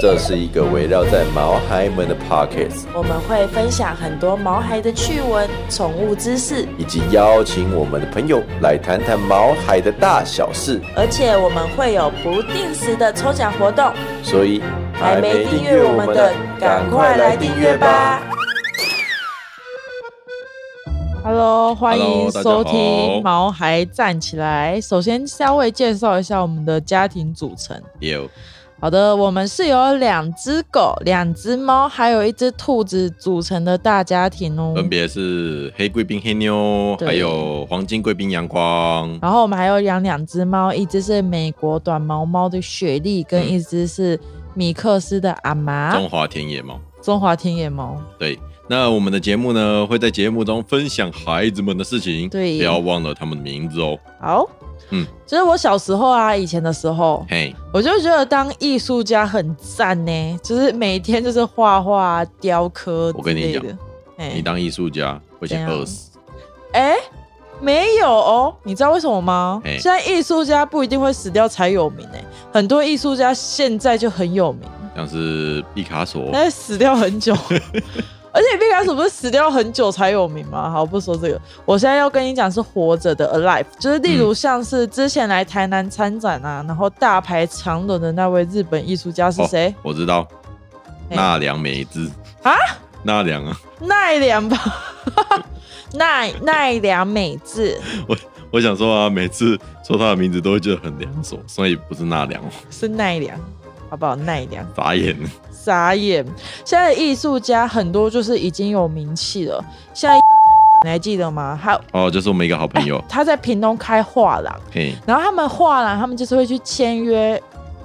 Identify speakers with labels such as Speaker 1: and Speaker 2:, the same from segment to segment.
Speaker 1: 这是一个围绕在毛孩们的 Pockets，
Speaker 2: 我们会分享很多毛孩的趣闻、宠物知识，
Speaker 1: 以及邀请我们的朋友来谈谈毛孩的大小事。
Speaker 2: 而且我们会有不定时的抽奖活动。
Speaker 1: 所以
Speaker 2: 还没订阅我们的，赶快来订阅吧！Hello，欢迎
Speaker 3: Hello，大家
Speaker 2: 收
Speaker 3: 好
Speaker 2: 听《毛孩站起来》。首先，稍微介绍一下我们的家庭组成。
Speaker 3: 有
Speaker 2: 好的，我们是由两只狗、两只猫，还有一只兔子组成的大家庭哦。
Speaker 3: 分别是黑贵宾黑妞，
Speaker 2: 对
Speaker 3: 还有黄金贵宾阳光。
Speaker 2: 然后我们还有养两只猫，一只是美国短毛猫的雪莉，跟
Speaker 3: 嗯
Speaker 2: 一只是米克斯的阿玛，
Speaker 3: 中华田野猫。
Speaker 2: 中华田野猫。
Speaker 3: 对，那我们的节目呢，会在节目中分享孩子们的事情，
Speaker 2: 对
Speaker 3: 不要忘了他们的名字哦。
Speaker 2: 好，
Speaker 3: 嗯，
Speaker 2: 就是我小时候啊，以前的时候，
Speaker 3: 嘿，
Speaker 2: 我就觉得当艺术家很赞呢，就是每天就是画画、雕刻
Speaker 3: 我
Speaker 2: 之
Speaker 3: 跟你
Speaker 2: 类
Speaker 3: 讲
Speaker 2: 的。哎
Speaker 3: 你当艺术家会
Speaker 2: 怎
Speaker 3: 先
Speaker 2: 样
Speaker 3: 饿死，
Speaker 2: 哎、没有哦，你知道为什么吗？
Speaker 3: 哎
Speaker 2: 现在艺术家不一定会死掉才有名哎，很多艺术家现在就很有名。
Speaker 3: 像是毕卡索。
Speaker 2: 但是死掉很久， 而且毕卡索不是死掉很久才有名吗？好，不说这个，我现在要跟你讲是活着的 alive，就是例如像是之前来台南参展啊，然后大排长龙的那位日本艺术家是谁？
Speaker 3: 我知道，
Speaker 2: 嘿
Speaker 3: 纳良美姿
Speaker 2: 啊，
Speaker 3: 纳良啊，
Speaker 2: 奈良吧。 奈奈良美智，
Speaker 3: 我想说啊，每次说他的名字都会觉得很凉爽，所以不是纳良哦，
Speaker 2: 是奈良，好不好？奈良。
Speaker 3: 傻眼。
Speaker 2: 傻眼。现在的艺术家很多就是已经有名气了，现在 你还记得吗？他
Speaker 3: 哦，就是我们一个好朋 友，
Speaker 2: 他在屏东开画廊，
Speaker 3: 嘿，
Speaker 2: 然后他们画廊他们就是会去签约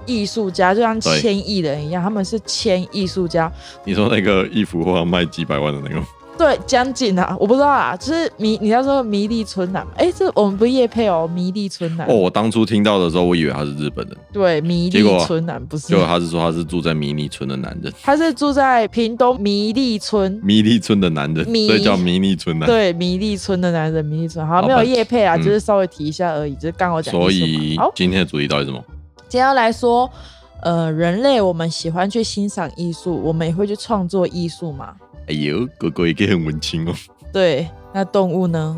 Speaker 2: 艺术家，就像
Speaker 3: 对
Speaker 2: 签艺人一样，他们是签艺术家。
Speaker 3: 你说那个一幅画卖几百万的那个吗。
Speaker 2: 对，将近啊，我不知道啊，就是迷，你要说迷丽春男，哎，这我们不是叶配哦，迷丽春男，
Speaker 3: 哦，我当初听到的时候，我以为他是日本人，
Speaker 2: 对，迷
Speaker 3: 结
Speaker 2: 丽
Speaker 3: 果
Speaker 2: 春男不是
Speaker 3: 结，果他是说他是住在迷你村的男人，
Speaker 2: 他是住在屏东迷丽村，
Speaker 3: 迷你村的男人，
Speaker 2: 迷
Speaker 3: 所以叫迷你村男。
Speaker 2: 对，迷丽村的男人，迷丽村
Speaker 3: 好
Speaker 2: 好，没有
Speaker 3: 吧
Speaker 2: 叶配啊，
Speaker 3: 嗯
Speaker 2: 就是稍微提一下而已，就是刚好讲
Speaker 3: 所
Speaker 2: 艺
Speaker 3: 以
Speaker 2: 术嘛好，
Speaker 3: 今天的主题到底是什么？
Speaker 2: 今天要来说，呃，人类我们喜欢去欣赏艺术，我们也会去创作艺术嘛。
Speaker 3: 哎呦，狗狗也可以很文青哦。
Speaker 2: 对，那动物呢？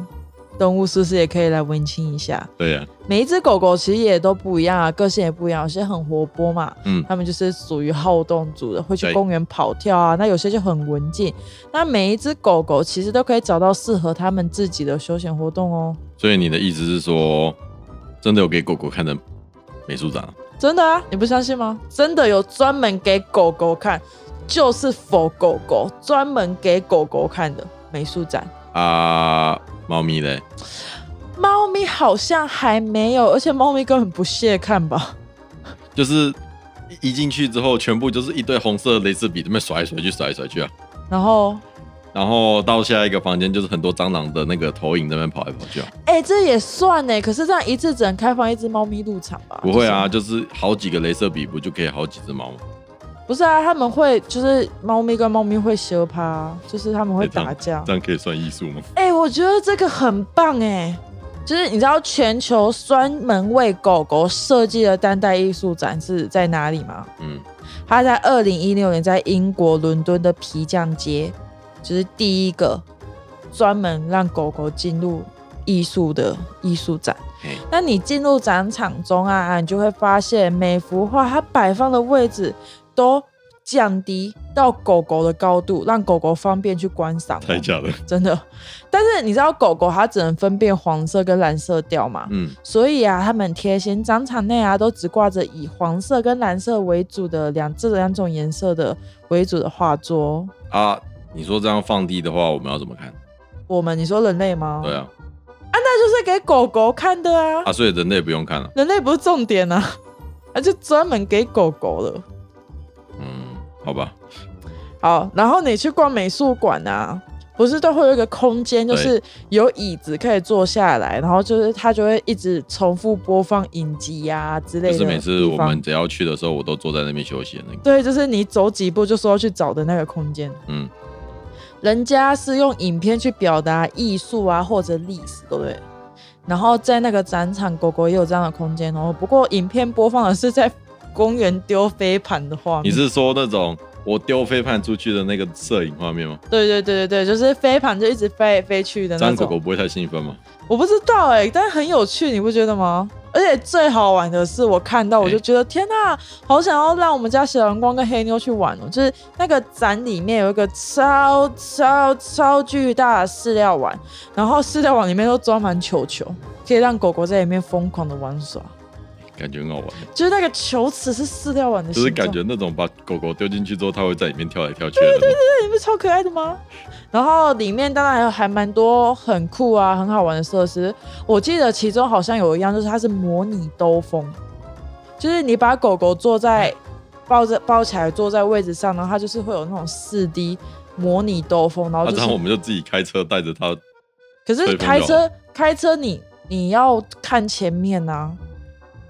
Speaker 2: 动物是不是也可以来文青一下？
Speaker 3: 对啊呀、
Speaker 2: 每一只狗狗其实也都不一样啊，个性也不一样，有些很活泼嘛，
Speaker 3: 嗯
Speaker 2: 它们就是属于好动组的，会去
Speaker 3: 对
Speaker 2: 公园跑跳啊。那有些就很文静，那每一只狗狗其实都可以找到适合它们自己的休闲活动哦。
Speaker 3: 所以你的意思是说，真的有给狗狗看的美术展啊？
Speaker 2: 真的啊，你不相信吗？真的有专门给狗狗看，就是否狗狗专门给狗狗看的美术展。
Speaker 3: 啊，猫咪嘞？
Speaker 2: 猫咪好像还没有，而且猫咪根本不屑看吧？
Speaker 3: 就是一进去之后，全部就是一堆红色的镭射笔，这边甩来甩去，甩来甩去啊。
Speaker 2: 然后，
Speaker 3: 然后到下一个房间，就是很多蟑螂的那个投影在那边跑来跑去啊。
Speaker 2: 哎、这也算呢。可是这样一次只能开放一只猫咪入场吧？
Speaker 3: 不会啊，
Speaker 2: 就是
Speaker 3: 就是好几个镭射笔，不就可以好几只猫吗？
Speaker 2: 不是啊，他们会就是猫咪跟猫咪会羞趴、就是他们会
Speaker 3: 哎这样
Speaker 2: 打架。
Speaker 3: 这样可以算艺术吗？
Speaker 2: 哎、我觉得这个很棒哎、就是你知道全球专门为狗狗设计的当代艺术展是在哪里吗？
Speaker 3: 嗯，
Speaker 2: 它在二零一六年在英国伦敦的皮匠街，就是第一个专门让狗狗进入艺术的艺术展
Speaker 3: 嘿。
Speaker 2: 那你进入展场中啊，你就会发现每幅画它摆放的位置都降低到狗狗的高度，让狗狗方便去观赏哦、
Speaker 3: 太假了。
Speaker 2: 真的。但是你知道狗狗它只能分辨黄色跟蓝色调嘛？
Speaker 3: 嗯，
Speaker 2: 所以啊，它们很贴心展场内啊都只挂着以黄色跟蓝色为主的两这两种颜色的为主的画作。
Speaker 3: 啊，你说这样放低的话，我们要怎么看？
Speaker 2: 我们你说人类吗？
Speaker 3: 对，啊，
Speaker 2: 那就是给狗狗看的啊，
Speaker 3: 啊，所以人类不用看了。
Speaker 2: 人类不是重点啊， 啊就专门给狗狗了。
Speaker 3: 嗯，好吧，
Speaker 2: 好，然后你去逛美术馆啊，不是都会有一个空间，就是有椅子可以坐下来，然后就是它就会一直重复播放影集呀、之类
Speaker 3: 就
Speaker 2: 的地
Speaker 3: 是
Speaker 2: 方。
Speaker 3: 每次我们只要去的时候，我都坐在那边休息的那个。
Speaker 2: 对，就是你走几步就说要去找的那个空间，
Speaker 3: 嗯，
Speaker 2: 人家是用影片去表达艺术啊或者历史，对不对？然后在那个展场，狗狗也有这样的空间哦。不过影片播放的是在公园丢飞盘的画面。
Speaker 3: 你是说那种我丢飞盘出去的那个摄影画面吗？
Speaker 2: 对对对对对，就是飞盘就一直飞来飞去的
Speaker 3: 这
Speaker 2: 那
Speaker 3: 样狗
Speaker 2: 种。
Speaker 3: 狗不会太兴奋吗？
Speaker 2: 我不知道哎、但很有趣，你不觉得吗？而且最好玩的是，我看到我就觉得、天呐，好想要让我们家小阳光跟黑妞去玩哦！就是那个展里面有一个超超超巨大的饲料碗，然后饲料碗里面都装满球球，可以让狗狗在里面疯狂的玩耍。
Speaker 3: 感觉很好玩，
Speaker 2: 就是那个球池是饲料碗的
Speaker 3: 就
Speaker 2: 形
Speaker 3: 是
Speaker 2: 状，
Speaker 3: 感觉那种把狗狗丢进去之后，它会在里面跳来跳去的那种。
Speaker 2: 你不是超可爱的吗？然后里面当然还有还蛮多很酷啊、很好玩的设施。我记得其中好像有一样，就是它是模拟兜风，就是你把狗狗坐
Speaker 3: 嗯
Speaker 2: 在抱着抱起来坐在位置上，然后它就是会有那种四 D 模拟兜风，然后
Speaker 3: 那
Speaker 2: 就
Speaker 3: 这
Speaker 2: 是
Speaker 3: 样我们就自己开车带着它，
Speaker 2: 可是开车开车你你要看前面呐、啊。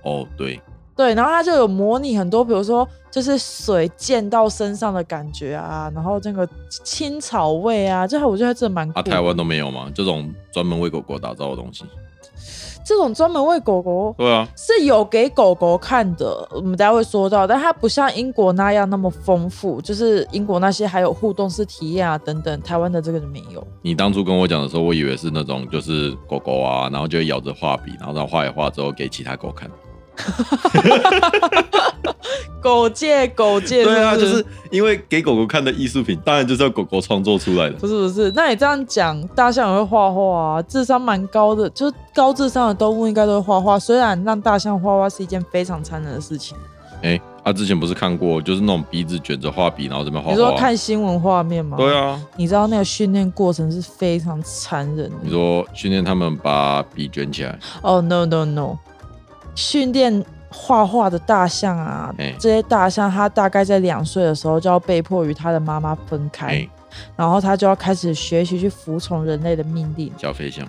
Speaker 3: 哦，对，
Speaker 2: 对，然后它就有模拟很多，比如说就是水溅到身上的感觉啊，然后那个青草味啊，这我觉得这蛮酷
Speaker 3: 啊，
Speaker 2: 的。
Speaker 3: 台湾都没有吗？这种专门为狗狗打造的东西？
Speaker 2: 这种专门为狗狗
Speaker 3: 对啊，
Speaker 2: 是有给狗狗看的，我们待会说到，但它不像英国那样那么丰富，就是英国那些还有互动式体验啊等等，台湾的这个就没有。
Speaker 3: 你当初跟我讲的时候，我以为是那种就是狗狗啊，然后就会咬着画笔，然后让画一画之后给其他狗看。
Speaker 2: 狗界，狗界，
Speaker 3: 对啊，
Speaker 2: 不
Speaker 3: 就是因为给狗狗看的艺术品，当然就是要狗狗创作出来的。
Speaker 2: 不是不是？那你这样讲，大象也会画画啊，智商蛮高的，就是高智商的动物应该都会画画。虽然让大象画画是一件非常残忍的事情，
Speaker 3: 哎、啊，之前不是看过，就是那种鼻子卷着画笔，然后这边画
Speaker 2: 你说
Speaker 3: 画。
Speaker 2: 看新闻画面吗？
Speaker 3: 哦对，啊，
Speaker 2: 你知道那个训练过程是非常残忍的。
Speaker 3: 你说训练他们把笔卷起来，
Speaker 2: 哦、no no no，训练画画的大象啊，
Speaker 3: 哎
Speaker 2: 这些大象它大概在两岁的时候就要被迫与它的妈妈分开，
Speaker 3: 哎、
Speaker 2: 然后它就要开始学习去服从人类的命令，
Speaker 3: 小飞象，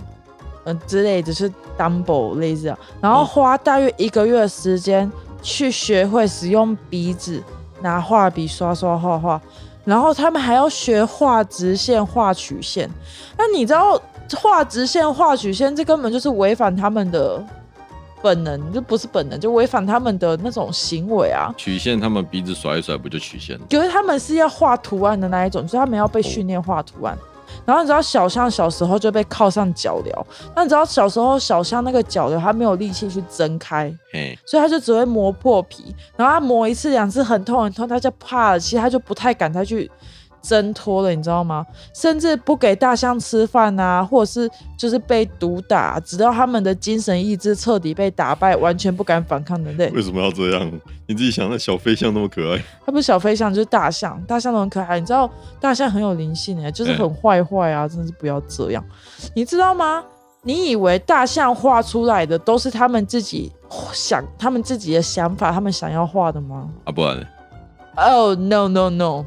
Speaker 2: 嗯、之类的，就是 Dumbo 类似这样，然后花大约一个月的时间去学会使用鼻子拿画笔刷刷画画。然后他们还要学画直线、画曲线，那你知道画直线、画曲线，这根本就是违反他们的本能，这不是本能，就违反他们的那种行为啊。
Speaker 3: 曲线，他们鼻子甩一甩不就曲线了？
Speaker 2: 可是他们是要画图案的那一种，所以他们要被训练画图案。然后你知道小象小时候就被铐上脚镣，那你知道小时候小象那个脚镣它没有力气去睁开，
Speaker 3: 嘿，
Speaker 2: 所以它就只会磨破皮，然后它磨一次两次很痛很痛，它就怕了，其实它就不太敢再去挣脱了，你知道吗？甚至不给大象吃饭啊，或者是就是被毒打，直到他们的精神意志彻底被打败，完全不敢反抗人类。
Speaker 3: 为什么要这样？你自己想，那小飞象那么可爱，
Speaker 2: 它不是小飞象就是大象，大象都很可爱。你知道大象很有灵性哎、就是
Speaker 3: 嗯
Speaker 2: 很坏坏啊，真的是不要这样，你知道吗？你以为大象画出来的都是他们自己想、他们自己的想法、他们想要画的吗？
Speaker 3: 啊，不然呢，
Speaker 2: 哦、no no no！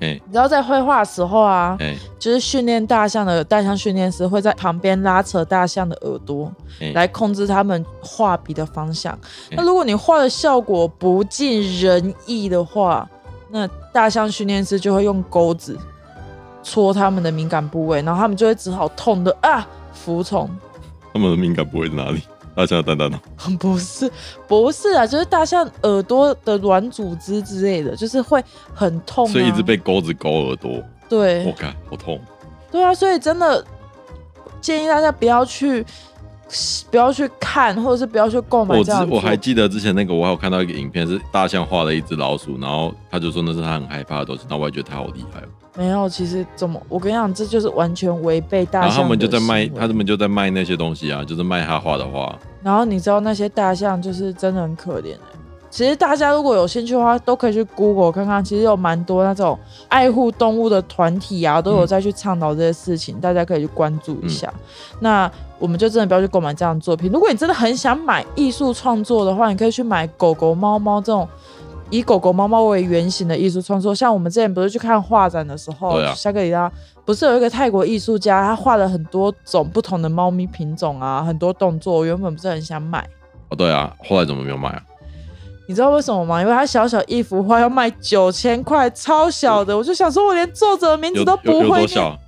Speaker 3: 嘿，
Speaker 2: 你知道在绘画的时候啊，
Speaker 3: 嘿，
Speaker 2: 就是训练大象的大象训练师会在旁边拉扯大象的耳朵，
Speaker 3: 嘿，
Speaker 2: 来控制他们画笔的方向。
Speaker 3: 嗯
Speaker 2: 那如果你画的效果不尽人意的话，那大象训练师就会用钩子戳他们的敏感部位，然后他们就会只好痛的啊服从。
Speaker 3: 他们的敏感不会在哪里？大象的蛋蛋呢？
Speaker 2: 不是，不是啊，就是大象耳朵的软组织之类的，就是会很痛、啊，
Speaker 3: 所以一直被哦钩子勾耳朵，
Speaker 2: 对。
Speaker 3: 我靠，好痛！
Speaker 2: 对啊，所以真的建议大家不要去，不要去看，或者是不要去购买
Speaker 3: 我
Speaker 2: 这
Speaker 3: 之
Speaker 2: 样的
Speaker 3: 我
Speaker 2: 作
Speaker 3: 还
Speaker 2: 品。
Speaker 3: 记得之前那个，我还有看到一个影片，是大象画了一只老鼠，然后他就说那是他很害怕的东西，那我也觉得他好厉害哦。
Speaker 2: 没有，其实怎么？我跟你讲，这就是完全违背大
Speaker 3: 然
Speaker 2: 象。
Speaker 3: 后他们就在卖，他。们就在卖那些东西啊，就是卖他画的画。
Speaker 2: 然后你知道那些大象就是真的很可怜、欸。其实大家如果有兴趣的话，都可以去 Google 看看，其实有蛮多那种爱护动物的团体啊，
Speaker 3: 嗯
Speaker 2: 都有在去倡导这些事情，大家可以去关注一下。那我们就真的不要去购买这样的作品。如果你真的很想买艺术创作的话，你可以去买狗狗、猫猫这种以狗狗、猫猫为原型的艺术创作，像我们之前不是去看画展的时候，
Speaker 3: 对啊
Speaker 2: 香格里拉不是有一个泰国艺术家，他画了很多种不同的猫咪品种啊，很多动作，我原本不是很想买。
Speaker 3: 哦，对啊，后来怎么没有买啊？
Speaker 2: 你知道为什么吗？因为他小小一幅画要卖九千块，超小的，我就想说，我连作者的名
Speaker 3: 有
Speaker 2: 字都
Speaker 3: 有
Speaker 2: 不
Speaker 3: 有
Speaker 2: 会
Speaker 3: 多
Speaker 2: 念。
Speaker 3: 小？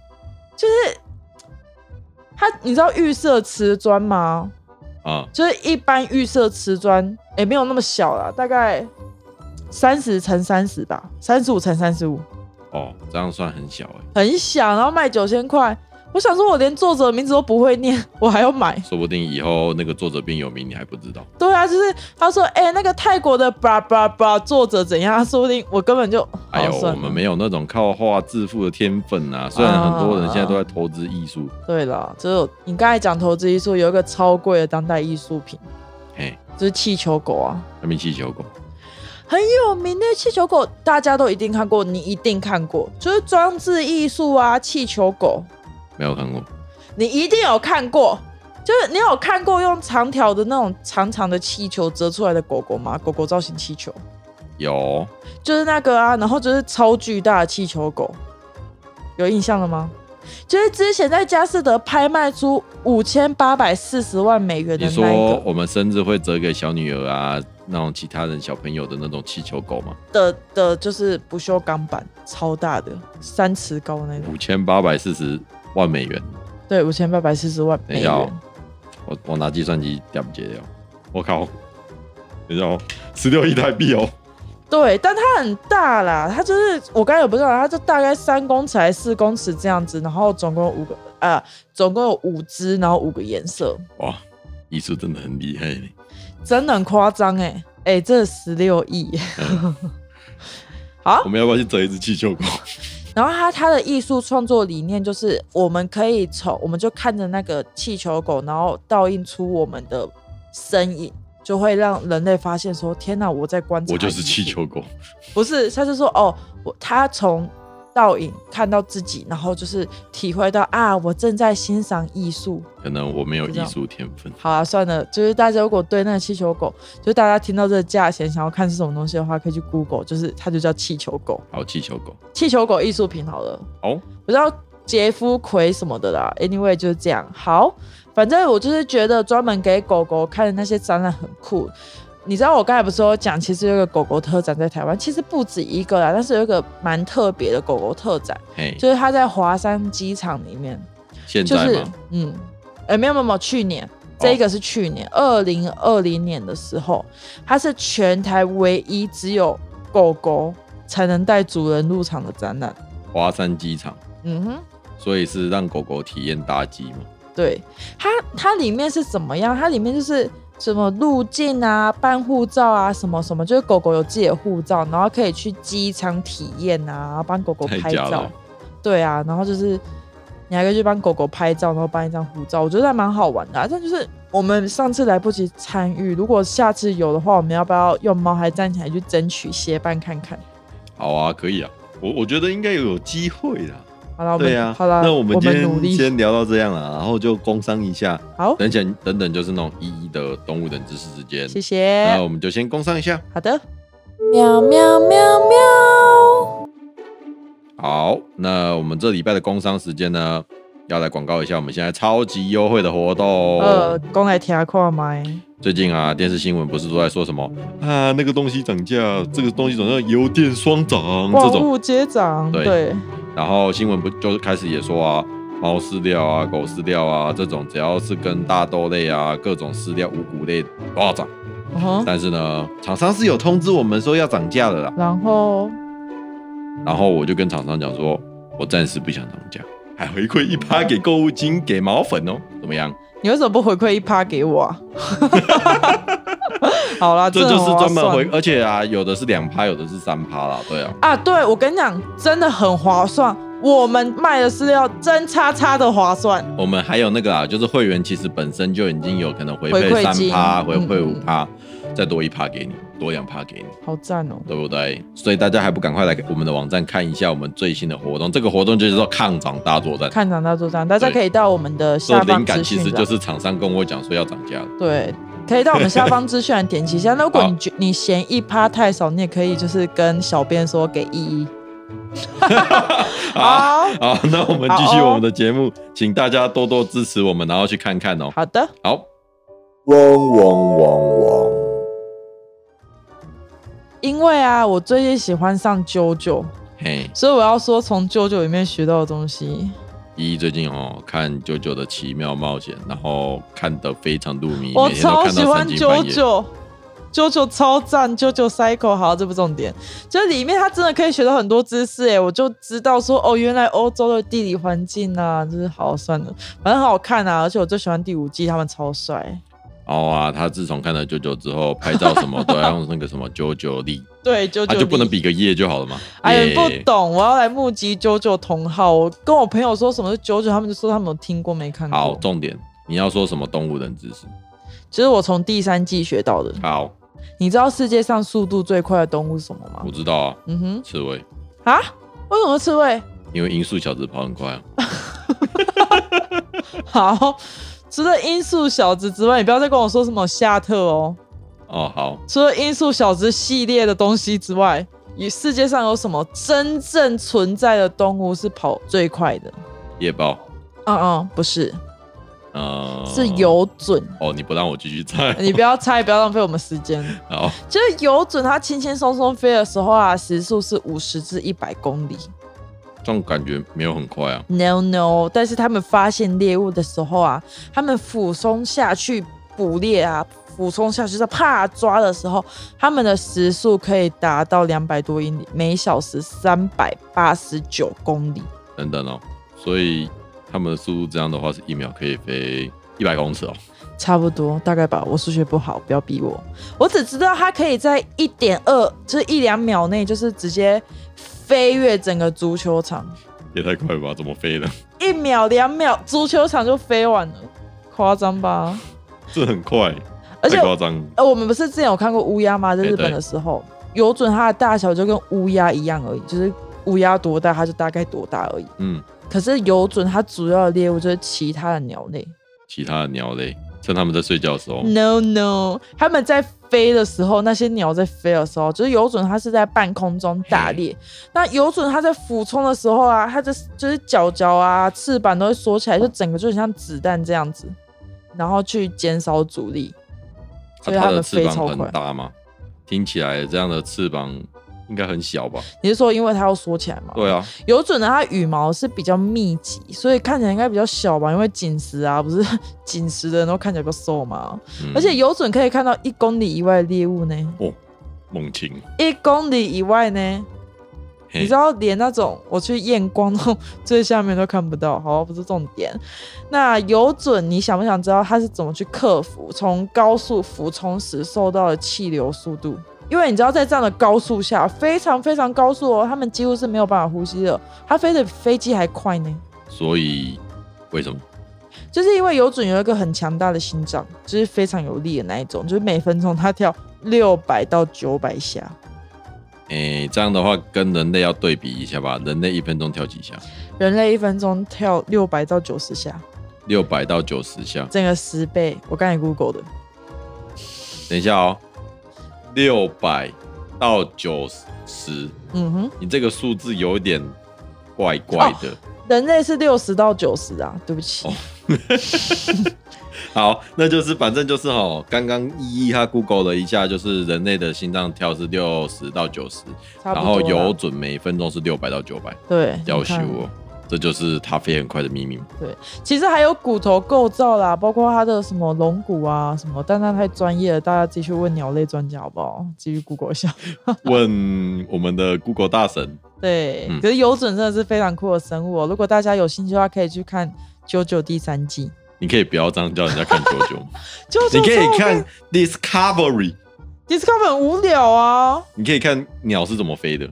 Speaker 2: 他，你知道预设瓷砖吗？
Speaker 3: 啊，
Speaker 2: 就是一般预设瓷砖，也、没有那么小啦，大概三十乘三十吧，三十五乘三十五，
Speaker 3: 哦，这样算很小哎、
Speaker 2: 很小，然后卖九千块。我想说，我连作者的名字都不会念， 我还要买？
Speaker 3: 说不定以后那个作者变有名，你还不知道。
Speaker 2: 对啊，就是他说，哎、那个泰国的 blah blah blah 作者怎样？说不定我根本就……
Speaker 3: 哎呦
Speaker 2: 好，算
Speaker 3: 我
Speaker 2: 了
Speaker 3: 们没有那种靠画致富的天分啊！虽然很多人现在都在投资艺术，
Speaker 2: 对了，就是有你刚才讲投资艺术，有一个超贵的当代艺术品，
Speaker 3: 嘿，
Speaker 2: 就是气球狗啊，
Speaker 3: 还没气球狗，
Speaker 2: 很有名的气球狗，大家都一定看过，你一定看过，就是装置艺术啊，气球狗，
Speaker 3: 没有看过。
Speaker 2: 你一定有看过。就是你有看过用长条的那种长长的气球折出来的狗狗吗？狗狗造型气球
Speaker 3: 有，
Speaker 2: 就是那个啊，然后就是超巨大的气球狗，有印象了吗？就是之前在佳士得拍卖出五千八百四十万美元的
Speaker 3: 你
Speaker 2: 那一个，
Speaker 3: 说我们生日会折给小女儿啊，那种其他人小朋友的那种气球狗吗？
Speaker 2: 的的，就是不锈钢板，超大的，三尺高那种。
Speaker 3: 五千八百四十万美元，
Speaker 2: 对，五千八百四十万美
Speaker 3: 等一下
Speaker 2: 元
Speaker 3: 哦。我我拿计算机掉不接掉，我靠，等一下哦，十六亿台币哦，
Speaker 2: 对，但它很大啦，它就是我刚才有不是讲，它就大概三公尺还是四公尺这样子，然后总共有五个呃，总共有五只，然后五个颜色，
Speaker 3: 哇，艺术真的很厉害耶，
Speaker 2: 真的很夸张哎、欸、哎、这十六亿。好
Speaker 3: 我，们要不要去折一只气 球狗？
Speaker 2: 然后他他的艺术创作理念就是，我们可以从我们就看着那个气球狗，然后倒映出我们的身影，就会让人类发现说：天哪，我在观察。
Speaker 3: 我就是气。球狗，
Speaker 2: 不是，他是说哦，我他从倒影看到自己，然后就是体会到啊，我正在欣赏艺术。
Speaker 3: 可能我没有艺术天分。
Speaker 2: 好啊，算了，就是大家如果对那个气球狗，就大家听到这个价钱想要看是什么东西的话，可以去 Google，就是它就叫气球狗，
Speaker 3: 好，气球狗，
Speaker 2: 气球狗艺术品好了。
Speaker 3: 好，
Speaker 2: 不知道杰夫奎什么的啦。Anyway，就是这样。好，反正我就是觉得专门给狗狗看的那些展览很酷。你知道我刚才不是有讲，其实有一个狗狗特展在台湾，其实不止一个啦，但是有一个蛮特别的狗狗特展，
Speaker 3: 嘿，
Speaker 2: 就是它在华山机场里面，
Speaker 3: 现
Speaker 2: 就
Speaker 3: 在
Speaker 2: 是
Speaker 3: 吗？
Speaker 2: 嗯，哎、没有没有没有，去年。这一个是去年二零二零年的时候，它是全台唯一只有狗狗才能带主人入场的展览。
Speaker 3: 华山机场，
Speaker 2: 嗯哼，
Speaker 3: 所以是让狗狗体验搭机嘛？
Speaker 2: 对它，它里面是怎么样？它里面就是什么入境啊、办护照啊、什么什么，就是狗狗有自己的护照，然后可以去机场体验啊，然后帮狗狗
Speaker 3: 太
Speaker 2: 拍
Speaker 3: 假
Speaker 2: 照
Speaker 3: 了。
Speaker 2: 对啊，然后就是你还可以去帮狗狗拍照，然后办一张护照，我觉得还蛮好玩的、啊。但就是我们上次来不及参与，如果下次有的话，我们要不要用猫还站起来去争取协办看看？
Speaker 3: 好啊，可以啊，我我觉得应该有机会啦。
Speaker 2: 好了，我
Speaker 3: 对
Speaker 2: 们、
Speaker 3: 啊，
Speaker 2: 哦好了，
Speaker 3: 那
Speaker 2: 我
Speaker 3: 我们今
Speaker 2: 努
Speaker 3: 天
Speaker 2: 力。
Speaker 3: 先聊到这样了，然后就工商一下，
Speaker 2: 好，
Speaker 3: 等等等等就是那种一一的动物等知识之间，
Speaker 2: 谢谢。
Speaker 3: 那我们就先工商一下。
Speaker 2: 好的，喵喵喵喵。
Speaker 3: 好，那我们这礼拜的工商时间呢，要来广告一下我们现在超级优惠的活动。
Speaker 2: 呃，讲来听看麦。
Speaker 3: 最近啊，电视新闻不是都在说什么啊，那个东西涨价，这个东西涨价，油电双涨嗯这
Speaker 2: 万
Speaker 3: 种。
Speaker 2: 物皆涨，
Speaker 3: 对
Speaker 2: 对，
Speaker 3: 然后新闻不就是开始也说啊，猫饲料啊、狗饲料啊这种，只要是跟大豆类啊、各种饲料、五谷类都要涨。
Speaker 2: 嗯哼，
Speaker 3: 但是呢，厂商是有通知我们说要涨价的啦。
Speaker 2: 然后
Speaker 3: 然后我就跟厂商讲说，我暂时不想涨价，还回馈一趴给购物金给毛粉哦，怎么样？
Speaker 2: 你为什么不回馈一趴给我啊？ 好啦，
Speaker 3: 这
Speaker 2: 真
Speaker 3: 就
Speaker 2: 的
Speaker 3: 是
Speaker 2: 很划
Speaker 3: 专门回
Speaker 2: 算，
Speaker 3: 而且啊，有的是两趴，有的是三趴啦，对啊。
Speaker 2: 啊！对，我跟你讲，真的很划算。我们卖的饲料真叉叉的划算，
Speaker 3: 我们还有那个啊，就是会员其实本身就已经有可能回
Speaker 2: 回
Speaker 3: 馈
Speaker 2: 馈
Speaker 3: 三
Speaker 2: 金
Speaker 3: 趴，回
Speaker 2: 嗯
Speaker 3: 馈五
Speaker 2: 嗯
Speaker 3: 趴，再多一趴给你，多两趴给你。
Speaker 2: 好赞哦！
Speaker 3: 对不对？所以大家还不赶快来我们的网站看一下我们最新的活动？这个活动就是说抗涨大作战。
Speaker 2: 看长大做账，大家
Speaker 3: 对
Speaker 2: 可以到我们的
Speaker 3: 这
Speaker 2: 下
Speaker 3: 灵
Speaker 2: 方
Speaker 3: 感
Speaker 2: 资
Speaker 3: 其
Speaker 2: 讯
Speaker 3: 实
Speaker 2: 栏
Speaker 3: 就。是厂商跟我讲说要涨价的，
Speaker 2: 对，可以到我们下方资讯栏点击一下。那如果你觉你嫌一趴太少，你也可以就是跟小编说给一一。 好
Speaker 3: 好，那我们继续我们的节目，请大家多多支持我们，然后去看看哦。
Speaker 2: 好的，
Speaker 3: 好，
Speaker 1: 嗡嗡嗡嗡，
Speaker 2: 因为啊，我最近喜欢上啾啾，
Speaker 3: 嘿，
Speaker 2: 所以我要说从啾啾里面学到的东西。
Speaker 3: 依依最近哦看《九九的奇妙冒险》，然后看得非常入迷，
Speaker 2: 我
Speaker 3: 每天都
Speaker 2: 超
Speaker 3: 看
Speaker 2: 喜
Speaker 3: 到
Speaker 2: 欢
Speaker 3: 三更
Speaker 2: 九
Speaker 3: 半夜。
Speaker 2: 九，九九超赞，九九 cycle 好，这不重点，就是里面他真的可以学到很多知识哎，我就知道说哦，原来欧洲的地理环境啊，就是好算了，反正很好看啊，而且我最喜欢第五季，他们超帅，
Speaker 3: 哦啊，他自从看了九九之后，拍照什么都要用那个什么九九力，
Speaker 2: 对， 九
Speaker 3: 他
Speaker 2: 九、
Speaker 3: 就不能比。个耶就好了嘛。
Speaker 2: 哎，你
Speaker 3: 耶
Speaker 2: 不懂，我要来募集九九同好。我跟我朋友说什么是九九，他们就说他们有听过没看过。
Speaker 3: 好，重点你要说什么动物人知识？
Speaker 2: 就是我从第三季学到的。
Speaker 3: 好，
Speaker 2: 你知道世界上速度最快的动物是什么吗
Speaker 3: 我？知道啊，
Speaker 2: 嗯哼，
Speaker 3: 刺猬，
Speaker 2: 啊？为什么刺猬？
Speaker 3: 因为音速小子跑很快啊。
Speaker 2: 好，除了音速小子之外，你不要再跟我说什么夏特哦。
Speaker 3: 哦，好，
Speaker 2: 除了音速小子系列的东西之外，与世界上有什么真正存在的动物是跑最快的？
Speaker 3: 夜报，
Speaker 2: 嗯嗯，不是，
Speaker 3: 呃，
Speaker 2: 是哎游隼。
Speaker 3: 哦，你不让我继续猜，
Speaker 2: 你不要猜，不要浪费我们时间。
Speaker 3: 好，
Speaker 2: 就是游隼，它轻轻松松飞的时候啊，时速是五十至一百公里。
Speaker 3: 这种感觉没有很快啊。
Speaker 2: No no，但是他们发现猎物的时候啊，他们俯冲下去捕猎啊，俯冲下去在啪抓的时候，他们的时速可以达到两百多英里，每小时三百八十九公里。
Speaker 3: 等等哦，所以他们的速度这样的话，是一秒可以飞一百公尺哦。
Speaker 2: 差不多，大概吧。我数学不好，不要逼我。我只知道它可以在一点二，就是一两秒内，就是直接飞越整个足球场。
Speaker 3: 也太快了吧？怎么飞的？
Speaker 2: 一秒、两秒，足球场就飞完了，夸张吧？
Speaker 3: 这很快，
Speaker 2: 而且
Speaker 3: 太夸张。
Speaker 2: 呃，我们不是之前有看过乌鸦吗？在
Speaker 3: 哎
Speaker 2: 日本
Speaker 3: 对
Speaker 2: 的时候，有准它的大小就跟乌鸦一样而已，就是乌鸦多大，它就大概多大而已。
Speaker 3: 嗯，
Speaker 2: 可是有准它主要的猎物就是其他的鸟
Speaker 3: 哦
Speaker 2: 类。
Speaker 3: 其他的鸟类趁他们在睡觉的时候，
Speaker 2: No no，它们在飞的时候，那些鸟在飞的时候，就是有准它是在半空中打猎。那有准它在俯冲的时候啊，它的就是脚脚啊、翅膀都会缩起来，就整个就很像子弹这样子，然后去减少阻力。所以
Speaker 3: 啊它
Speaker 2: 它
Speaker 3: 的
Speaker 2: 们
Speaker 3: 翅
Speaker 2: 飞
Speaker 3: 膀
Speaker 2: 超快
Speaker 3: 很。大吗？听起来这样的翅膀应该很小吧？
Speaker 2: 你是说因为它要缩起来吗？
Speaker 3: 对啊，
Speaker 2: 有准的，它羽毛是比较密集，所以看起来应该比较小吧，因为紧实啊，不是 紧实的人都看起来比较瘦嘛。
Speaker 3: 嗯
Speaker 2: 而且有准可以看到一公里以外的猎物呢，
Speaker 3: 哦，猛禽，
Speaker 2: 一公里以外呢，
Speaker 3: 嘿
Speaker 2: 你知道连那种我去验光那种最下面都看不到，好，不是重点。那有准，你想不想知道它是怎么去克服从高速俯冲时受到的气流速度？因为你知道，在这样的高速下，非常非常高速哦，他们几乎是没有办法呼吸的。它飞得比飞机还快呢。
Speaker 3: 所以为什么？
Speaker 2: 就是因为有准有一个很强大的心脏，就是非常有力的那一种，就是每分钟它跳六百到九百下。
Speaker 3: 诶、这样的话跟人类要对比一下吧。人类一分钟跳几下？
Speaker 2: 人类一分钟跳六百到九十下，
Speaker 3: 六百到九十下。
Speaker 2: 整个十倍。我刚才 Google 的，
Speaker 3: 等一下哦，六百到九十，
Speaker 2: 嗯哼，
Speaker 3: 你这个数字有一点怪怪
Speaker 2: 哦
Speaker 3: 的。
Speaker 2: 人类是六十到九十啊，对不起，
Speaker 3: 哦好，那就是反正就是哦，刚刚依依他 Google 了一下，就是人类的心脏跳是六十到九十，
Speaker 2: 差不
Speaker 3: 然
Speaker 2: 多
Speaker 3: 后
Speaker 2: 啦。
Speaker 3: 有准每分钟是六百到九百，
Speaker 2: 对，
Speaker 3: 要
Speaker 2: 你
Speaker 3: 修
Speaker 2: 看
Speaker 3: 哦。这就是他飞很快的秘密。
Speaker 2: 其实还有骨头构造啦，包括它的什么龙骨啊什么，但那太专业了，大家自己去问鸟类专家好不好？继续 Google 一下。
Speaker 3: 问我们的 Google 大神，
Speaker 2: 对，
Speaker 3: 嗯
Speaker 2: 可是有准真的是非常酷的生物、哦，如果大家有兴趣的话，可以去看《九九》第三季。
Speaker 3: 你可以不要这样叫人家看九 九，
Speaker 2: 九九
Speaker 3: 你可以
Speaker 2: 超好
Speaker 3: 看 Discovery，
Speaker 2: Discovery 很无聊啊，
Speaker 3: 你可以看鸟是怎么飞的。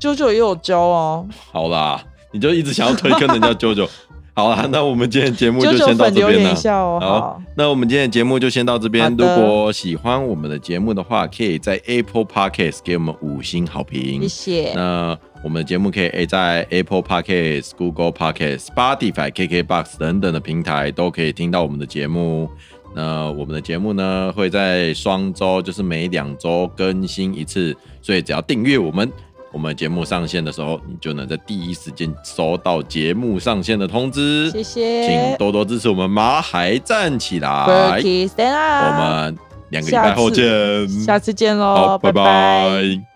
Speaker 2: 九九也有教啊，
Speaker 3: 好啦，你就一直想要推坑 人家九九。好啦，那我们今天的节目
Speaker 2: 九
Speaker 3: 就
Speaker 2: 九
Speaker 3: 先到
Speaker 2: 粉
Speaker 3: 这
Speaker 2: 留
Speaker 3: 边
Speaker 2: 言一
Speaker 3: 了。
Speaker 2: 下哦。好，
Speaker 3: 那我们今天的节目就先到这边。
Speaker 2: 好
Speaker 3: 如
Speaker 2: 的
Speaker 3: 果喜欢我们的节目的话，可以在 Apple Podcast 给我们五星好评
Speaker 2: 谢。谢。
Speaker 3: 嗯那我们的节目可以在 Apple Podcast、Google Podcast、Spotify、KKBox 等等的平台都可以听到我们的节目。那我们的节目呢会在双周，就是每两周更新一次，所以只要订阅我们，我们节目上线的时候，你就能在第一时间收到节目上线的通知。
Speaker 2: 谢
Speaker 3: 请
Speaker 2: 谢
Speaker 3: 多多支持我们毛孩站起来，
Speaker 2: ，Berkey Stand
Speaker 3: 我
Speaker 2: Up，
Speaker 3: 们两个礼拜后见，
Speaker 2: 啊下次见
Speaker 3: 好，
Speaker 2: 喽，
Speaker 3: 拜
Speaker 2: 拜
Speaker 3: 拜